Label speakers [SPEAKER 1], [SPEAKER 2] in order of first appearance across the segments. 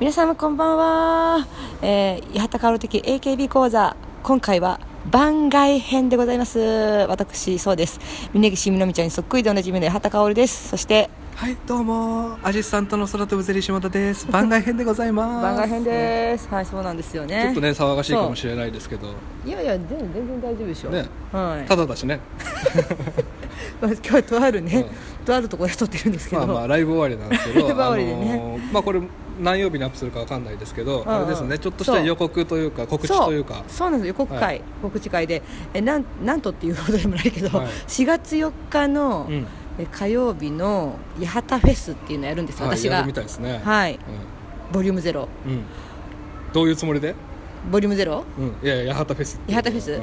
[SPEAKER 1] 皆さんこんばんは、えー、八幡薫的 AKB 講座今回は番外編でございます私そうです峯岸みのみちゃんにそっくりでおなじみの八幡薫ですそして
[SPEAKER 2] はいどうもアシスタントの空飛ぶゼリー島田です番外編でございます
[SPEAKER 1] 番外編ですはいそうなんですよね
[SPEAKER 2] ちょっとね騒がしいかもしれないですけど
[SPEAKER 1] いやいやでも全然大丈夫でしょ、
[SPEAKER 2] ね
[SPEAKER 1] はい
[SPEAKER 2] ただだしね
[SPEAKER 1] まあ 今日とあるね、
[SPEAKER 2] う
[SPEAKER 1] とあるところで撮ってるんですけ
[SPEAKER 2] ま
[SPEAKER 1] ど、
[SPEAKER 2] あまあライブ終わりなんですけど
[SPEAKER 1] ライブ終わりでね
[SPEAKER 2] あのーまあこれ何曜日にアップするかわかんないですけど、
[SPEAKER 1] ん
[SPEAKER 2] あれですねちょっとし
[SPEAKER 1] そ
[SPEAKER 2] た
[SPEAKER 1] う
[SPEAKER 2] 予告というか告知
[SPEAKER 1] そ
[SPEAKER 2] というか
[SPEAKER 1] そうなんですよ告会、
[SPEAKER 2] はい
[SPEAKER 1] 告知会でえなんなんとっていうことでもないけど、
[SPEAKER 2] はい
[SPEAKER 1] 4月4日の、
[SPEAKER 2] うん
[SPEAKER 1] え火曜日の八幡フェスっていうのやるんです、
[SPEAKER 2] はい
[SPEAKER 1] 私
[SPEAKER 2] や
[SPEAKER 1] が
[SPEAKER 2] るみたいですね
[SPEAKER 1] はいボリュームゼロ
[SPEAKER 2] うん、うんどういうつもりで、
[SPEAKER 1] ボリュームゼロ
[SPEAKER 2] うん、いやいや八幡フェスっていう
[SPEAKER 1] 八幡フェス、
[SPEAKER 2] うん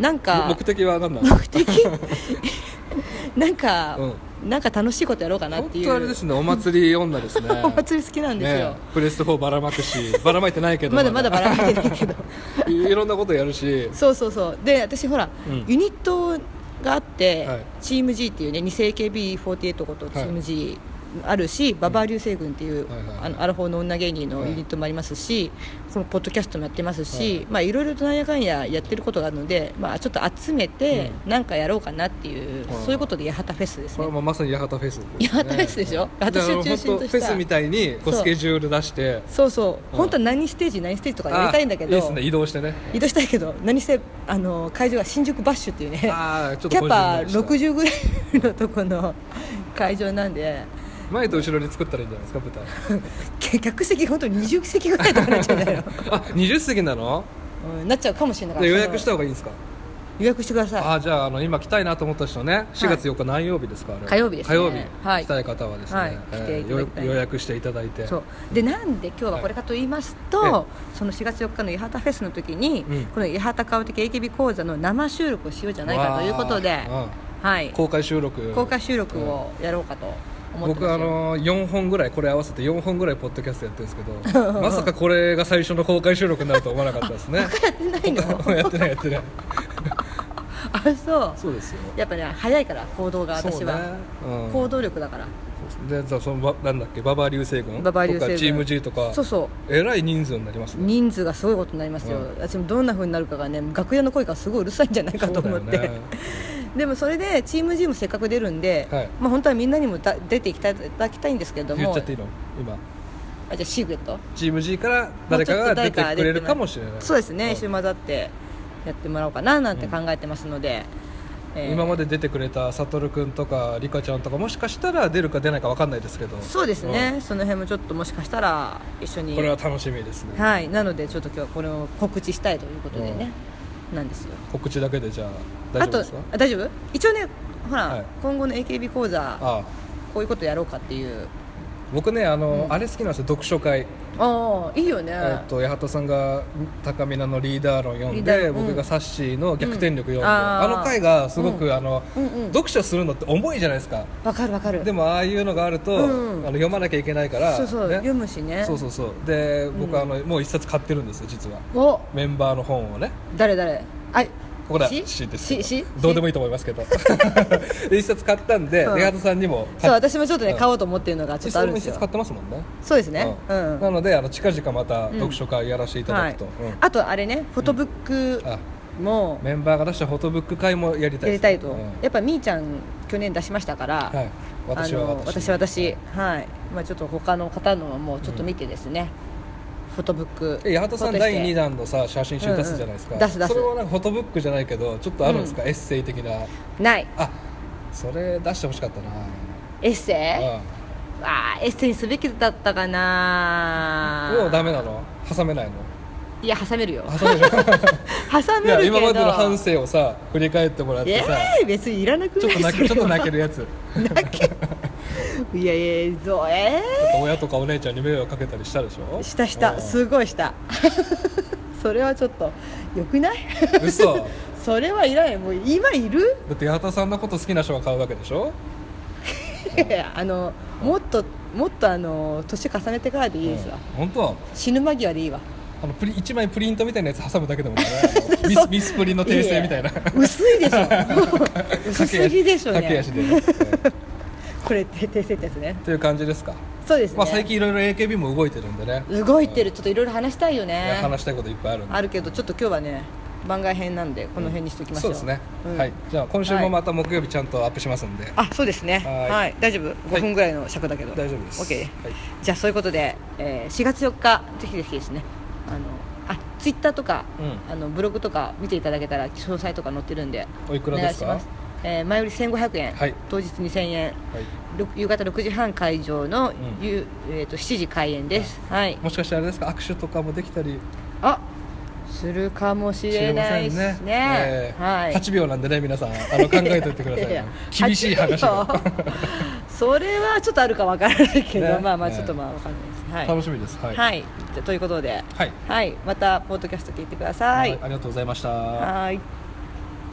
[SPEAKER 1] なんか
[SPEAKER 2] 目的は何なの
[SPEAKER 1] 目的 なんか、
[SPEAKER 2] う
[SPEAKER 1] なんか楽しいことやろうかなっ
[SPEAKER 2] 本
[SPEAKER 1] ていう
[SPEAKER 2] 当あれですねお祭り女ですね
[SPEAKER 1] お祭り好きなんですよ、
[SPEAKER 2] ねプレステ4ばらまくしばらまいてないけど
[SPEAKER 1] まだまだばらまいてないけど
[SPEAKER 2] いろんなことやるし、
[SPEAKER 1] そうそうそうで私ほら、
[SPEAKER 2] うん
[SPEAKER 1] ユニットがあって、
[SPEAKER 2] はい
[SPEAKER 1] チーム G っていうね2世 KB48 ことチーム G あるし、ババア流星群っていう、
[SPEAKER 2] はいはいはい
[SPEAKER 1] あのアラフォーの女芸人のユニットもありますし、このポッドキャストもやってますし、
[SPEAKER 2] はい
[SPEAKER 1] まあいろいろとなんやかんややってることがあるので、まあ、ちょっと集めてなんかやろうかなっていう、
[SPEAKER 2] はい
[SPEAKER 1] そういうことで八幡フェスです
[SPEAKER 2] こ
[SPEAKER 1] ね
[SPEAKER 2] れはまあまさに八幡フェスです
[SPEAKER 1] 八幡フェスでしょ
[SPEAKER 2] だから
[SPEAKER 1] 私を中心とした
[SPEAKER 2] 本当フェスみたいにこう
[SPEAKER 1] そう
[SPEAKER 2] スケジュール出して
[SPEAKER 1] そうそう
[SPEAKER 2] うん
[SPEAKER 1] 本当は何ステージ何ステージとかやりたいんだけ
[SPEAKER 2] あ
[SPEAKER 1] ど
[SPEAKER 2] いいですね移動してね
[SPEAKER 1] 移動したいけど何せあの会場が新宿バッシュっていうね
[SPEAKER 2] ああちょっと
[SPEAKER 1] キャパ
[SPEAKER 2] 個人のでし
[SPEAKER 1] 60ぐらいのとこの会場なんで
[SPEAKER 2] た前と後ろに作ったらいいんじゃないですか
[SPEAKER 1] け客席本当に20席ぐらいとかなっちゃうんだ よ、
[SPEAKER 2] 舞台あ20席なの
[SPEAKER 1] うん、なっちゃうかもしれないか
[SPEAKER 2] で
[SPEAKER 1] ら
[SPEAKER 2] 予約した
[SPEAKER 1] その
[SPEAKER 2] 方がいいんですか
[SPEAKER 1] 予約してくださ
[SPEAKER 2] あーじゃああの今来たいなと思った人ね4月4日何曜日ですかあれ
[SPEAKER 1] 火曜日ですね
[SPEAKER 2] 火曜日
[SPEAKER 1] はい
[SPEAKER 2] 来たい方はです
[SPEAKER 1] はい
[SPEAKER 2] ね
[SPEAKER 1] 来てい
[SPEAKER 2] え
[SPEAKER 1] ただきた
[SPEAKER 2] ー
[SPEAKER 1] い
[SPEAKER 2] 予約していただいて
[SPEAKER 1] いそうでなんで今日はこれかと言いますと、
[SPEAKER 2] はい
[SPEAKER 1] その4月4日の八幡フェスの時に、
[SPEAKER 2] うん
[SPEAKER 1] この八幡顔的 AKB 講座の生収録をしようじゃないかということで
[SPEAKER 2] わ、ーうん
[SPEAKER 1] はい、
[SPEAKER 2] 公開収録
[SPEAKER 1] 公開収録をやろうかと思ってます
[SPEAKER 2] 僕
[SPEAKER 1] よ
[SPEAKER 2] あの4本ぐらいこれ合わせて4本ぐらいポッドキャストやってるんですけ どまさかこれが最初の公開収録になるとは思わなかったですね
[SPEAKER 1] ないの
[SPEAKER 2] やってないやってない
[SPEAKER 1] あそう
[SPEAKER 2] そうですよ
[SPEAKER 1] やっぱね早いから行動が私は、
[SPEAKER 2] そうね、うん、
[SPEAKER 1] 行動力だから
[SPEAKER 2] でじゃあそのばなんだっけババア流星群
[SPEAKER 1] ババア流星
[SPEAKER 2] と
[SPEAKER 1] 群
[SPEAKER 2] かチーム G とか
[SPEAKER 1] そうそう
[SPEAKER 2] えらい人数になりますね
[SPEAKER 1] 人数がすごいことになりますよ、
[SPEAKER 2] うん
[SPEAKER 1] 私もどんなふうになるかがね楽屋の声がすごいうるさいんじゃないかと思っ
[SPEAKER 2] そう
[SPEAKER 1] て、
[SPEAKER 2] だよね
[SPEAKER 1] でもそれでチーム G もせっかく出るんで、
[SPEAKER 2] はい
[SPEAKER 1] まあ、本当はみんなにもだ出ていただきたいんですけれども
[SPEAKER 2] 言っちゃっていいの今
[SPEAKER 1] あじゃあシークレット
[SPEAKER 2] チーム G から誰かが出てくれるかもしれない
[SPEAKER 1] そうですね、
[SPEAKER 2] ん
[SPEAKER 1] 一緒に混ざってやってもらおうかななんて考えてますので、えー
[SPEAKER 2] 今まで出てくれた悟君とかリカちゃんとかもしかしたら出るか出ないかわかんないですけど
[SPEAKER 1] そうですね、その辺もちょっともしかしたら一緒
[SPEAKER 2] うん
[SPEAKER 1] に
[SPEAKER 2] これは楽しみですね
[SPEAKER 1] はいなのでちょっと今日はこれを告知したいということでね、なんですよ
[SPEAKER 2] 告知だけでじゃあ大
[SPEAKER 1] あ
[SPEAKER 2] 丈夫
[SPEAKER 1] と
[SPEAKER 2] ですか
[SPEAKER 1] あ大丈夫一応ねほら、
[SPEAKER 2] はい
[SPEAKER 1] 今後の AKB 講座
[SPEAKER 2] ああ
[SPEAKER 1] こういうことやろうかっていう
[SPEAKER 2] 僕ねあの、あれ好きなんですよ読書会、
[SPEAKER 1] ああいいよね
[SPEAKER 2] えっと八幡さんが高見菜のリーダー論読ん
[SPEAKER 1] リーダー
[SPEAKER 2] で
[SPEAKER 1] 論うん
[SPEAKER 2] 僕がサッシーの逆転力読ん
[SPEAKER 1] う
[SPEAKER 2] で、
[SPEAKER 1] んあ
[SPEAKER 2] あ
[SPEAKER 1] ー
[SPEAKER 2] の回がすごく、あの
[SPEAKER 1] うんうん
[SPEAKER 2] 読書するのって重いじゃないですか
[SPEAKER 1] わかるわかる
[SPEAKER 2] でもああいうのがあると、
[SPEAKER 1] うん
[SPEAKER 2] あの読まなきゃいけないから
[SPEAKER 1] そうそう、
[SPEAKER 2] ね
[SPEAKER 1] 読むしね
[SPEAKER 2] そうそうそうで僕、あのもう一冊買ってるんですよ実は
[SPEAKER 1] お
[SPEAKER 2] メンバーの本をね
[SPEAKER 1] 誰誰あい
[SPEAKER 2] ここだ
[SPEAKER 1] し
[SPEAKER 2] しですけど
[SPEAKER 1] しし
[SPEAKER 2] どうでもいいと思いますけ どで一冊買ったんで、
[SPEAKER 1] うん
[SPEAKER 2] 八幡さんにも
[SPEAKER 1] そう
[SPEAKER 2] 買っ
[SPEAKER 1] 私もちょっとね、
[SPEAKER 2] うん
[SPEAKER 1] 買おうと思ってるのがちょっとあるんです
[SPEAKER 2] 一冊買
[SPEAKER 1] よ
[SPEAKER 2] ってますもんね
[SPEAKER 1] そうですねう
[SPEAKER 2] うん
[SPEAKER 1] ん、
[SPEAKER 2] なのであの近々また読書会やらせていただくと、うん
[SPEAKER 1] あとあれねフォトブッ
[SPEAKER 2] あ
[SPEAKER 1] クも
[SPEAKER 2] メンバーが出したフォトブック会もやりたい
[SPEAKER 1] やりたいと、
[SPEAKER 2] うん
[SPEAKER 1] やっぱみーちゃん去年出しましたから、
[SPEAKER 2] はい私
[SPEAKER 1] あ
[SPEAKER 2] は
[SPEAKER 1] の
[SPEAKER 2] 私
[SPEAKER 1] 私は私はい、まあ、ちょっと他の方のもちょっと見てですね、フォトブック
[SPEAKER 2] え八幡さん
[SPEAKER 1] フォトして
[SPEAKER 2] 第2弾のさ写真集出すじゃないですか、
[SPEAKER 1] うんうん出す出す
[SPEAKER 2] それはなんかフォトブックじゃないけどちょっとあるんですか、エッセイ的な
[SPEAKER 1] ない
[SPEAKER 2] あそれ出してほしかったな
[SPEAKER 1] エッセイ
[SPEAKER 2] あ
[SPEAKER 1] あーエッセイにすべきだったかな
[SPEAKER 2] もうダメなの挟 めないの
[SPEAKER 1] いや挟めるよ
[SPEAKER 2] 挟める
[SPEAKER 1] 挟
[SPEAKER 2] い
[SPEAKER 1] める
[SPEAKER 2] や
[SPEAKER 1] けど
[SPEAKER 2] 今までの反省をさ振り返ってもらって
[SPEAKER 1] え
[SPEAKER 2] さ、
[SPEAKER 1] ー、別にいらなく
[SPEAKER 2] ちょ
[SPEAKER 1] な
[SPEAKER 2] っ
[SPEAKER 1] い
[SPEAKER 2] と泣けちょっと泣け
[SPEAKER 1] る
[SPEAKER 2] るやつ
[SPEAKER 1] いやいやそうえ
[SPEAKER 2] 親とかお姉ちゃんに迷惑かけたりしたでしょ
[SPEAKER 1] ー、したし
[SPEAKER 2] う
[SPEAKER 1] た
[SPEAKER 2] ん
[SPEAKER 1] すごいした それはちょっとよくない
[SPEAKER 2] 嘘だ
[SPEAKER 1] それはいらないもう今いる
[SPEAKER 2] って八幡さんのこと好きな人が買うわけでしょ
[SPEAKER 1] いやい やあのもっともっとあの年重ねてからでいいですわ、
[SPEAKER 2] うん本当
[SPEAKER 1] 死ぬ間際でいいわ
[SPEAKER 2] あのプリ一枚プリントみたいなやつ挟むだ けでもいいねあのミスミスプリの訂正みたいな
[SPEAKER 1] やや薄いでしょ薄すぎでしょ
[SPEAKER 2] 駆け足
[SPEAKER 1] ね
[SPEAKER 2] でね
[SPEAKER 1] これ訂正ってやつね
[SPEAKER 2] という感じですか
[SPEAKER 1] そうですね、
[SPEAKER 2] まあ最近いろいろ AKB も動いてるんでね
[SPEAKER 1] 動いてるちょっといろいろ話したいよ
[SPEAKER 2] いや
[SPEAKER 1] ね
[SPEAKER 2] 話したいこといっぱいあるんで
[SPEAKER 1] あるけどちょっと今日はね番外編なんでこの辺にしておきましょ、
[SPEAKER 2] そううですね、
[SPEAKER 1] うん
[SPEAKER 2] はいじゃあ今週もまた木曜日ちゃんとアップしますんで、
[SPEAKER 1] あそうですねは
[SPEAKER 2] はいい
[SPEAKER 1] 大丈夫5分ぐらいの尺だけど、
[SPEAKER 2] 大丈夫です
[SPEAKER 1] OK、
[SPEAKER 2] はい
[SPEAKER 1] じゃあそういうことで、えー4月4日ぜひぜひですねあのあツイッターとか、
[SPEAKER 2] う
[SPEAKER 1] あのブログとか見ていただけたら詳細とか載ってるんで
[SPEAKER 2] おいくらですか
[SPEAKER 1] お願いします、えー前売り1500円、
[SPEAKER 2] はい
[SPEAKER 1] 当日2000円
[SPEAKER 2] はい
[SPEAKER 1] ろく夕方6時半会場の、
[SPEAKER 2] ん
[SPEAKER 1] ゆえー、と7時開演です、はい
[SPEAKER 2] もしかしてあれですか握手とかもできたり
[SPEAKER 1] あするかもし
[SPEAKER 2] 知れ
[SPEAKER 1] れ
[SPEAKER 2] ま
[SPEAKER 1] な
[SPEAKER 2] せ
[SPEAKER 1] いで
[SPEAKER 2] ん
[SPEAKER 1] す
[SPEAKER 2] ね
[SPEAKER 1] ね
[SPEAKER 2] ええ
[SPEAKER 1] はい
[SPEAKER 2] 8秒なんでね皆さんあの考えておいてくだ さい,、
[SPEAKER 1] いやいや
[SPEAKER 2] ね、厳しい 話
[SPEAKER 1] 8
[SPEAKER 2] を
[SPEAKER 1] 秒それはちょっとあるかわからないけど、
[SPEAKER 2] ね
[SPEAKER 1] まあまあ
[SPEAKER 2] ね
[SPEAKER 1] ちょっとまあわかんないです、はい
[SPEAKER 2] 楽しみですはい、
[SPEAKER 1] はい、じゃあということで、
[SPEAKER 2] はい
[SPEAKER 1] はい、またポッドキャスト聞いてください。
[SPEAKER 2] ありがとうございました
[SPEAKER 1] はい